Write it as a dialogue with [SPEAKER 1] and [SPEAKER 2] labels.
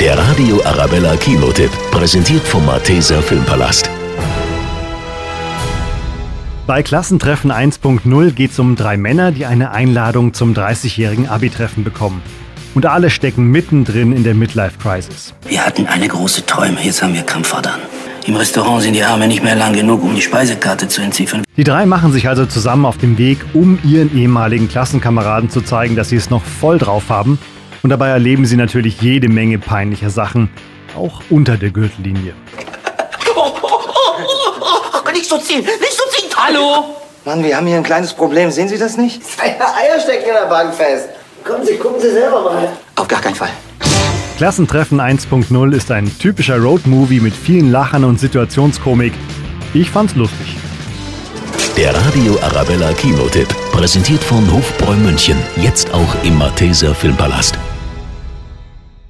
[SPEAKER 1] Der Radio Arabella Kinotipp, präsentiert vom Malteser Filmpalast.
[SPEAKER 2] Bei Klassentreffen 1.0 geht es um drei Männer, die eine Einladung zum 30-jährigen Abi-Treffen bekommen. Und alle stecken mittendrin in der Midlife-Crisis.
[SPEAKER 3] Wir hatten alle große Träume, jetzt haben wir Krampfadern. Im Restaurant sind die Arme nicht mehr lang genug, um die Speisekarte zu entziffern.
[SPEAKER 2] Die drei machen sich also zusammen auf den Weg, um ihren ehemaligen Klassenkameraden zu zeigen, dass sie es noch voll drauf haben. Und dabei erleben sie natürlich jede Menge peinlicher Sachen, auch unter der Gürtellinie.
[SPEAKER 4] Oh, oh, oh, oh, oh, nicht so ziehen, nicht so ziehen. Hallo?
[SPEAKER 5] Mann, wir haben hier ein kleines Problem. Sehen Sie das nicht?
[SPEAKER 6] Zwei Eier stecken in der Bank fest. Kommen Sie, gucken Sie selber mal.
[SPEAKER 4] Auf gar keinen Fall.
[SPEAKER 2] Klassentreffen 1.0 ist ein typischer Roadmovie mit vielen Lachern und Situationskomik. Ich fand's lustig.
[SPEAKER 1] Der Radio Arabella Kinotipp, präsentiert von Hofbräu München, jetzt auch im Malteser Filmpalast.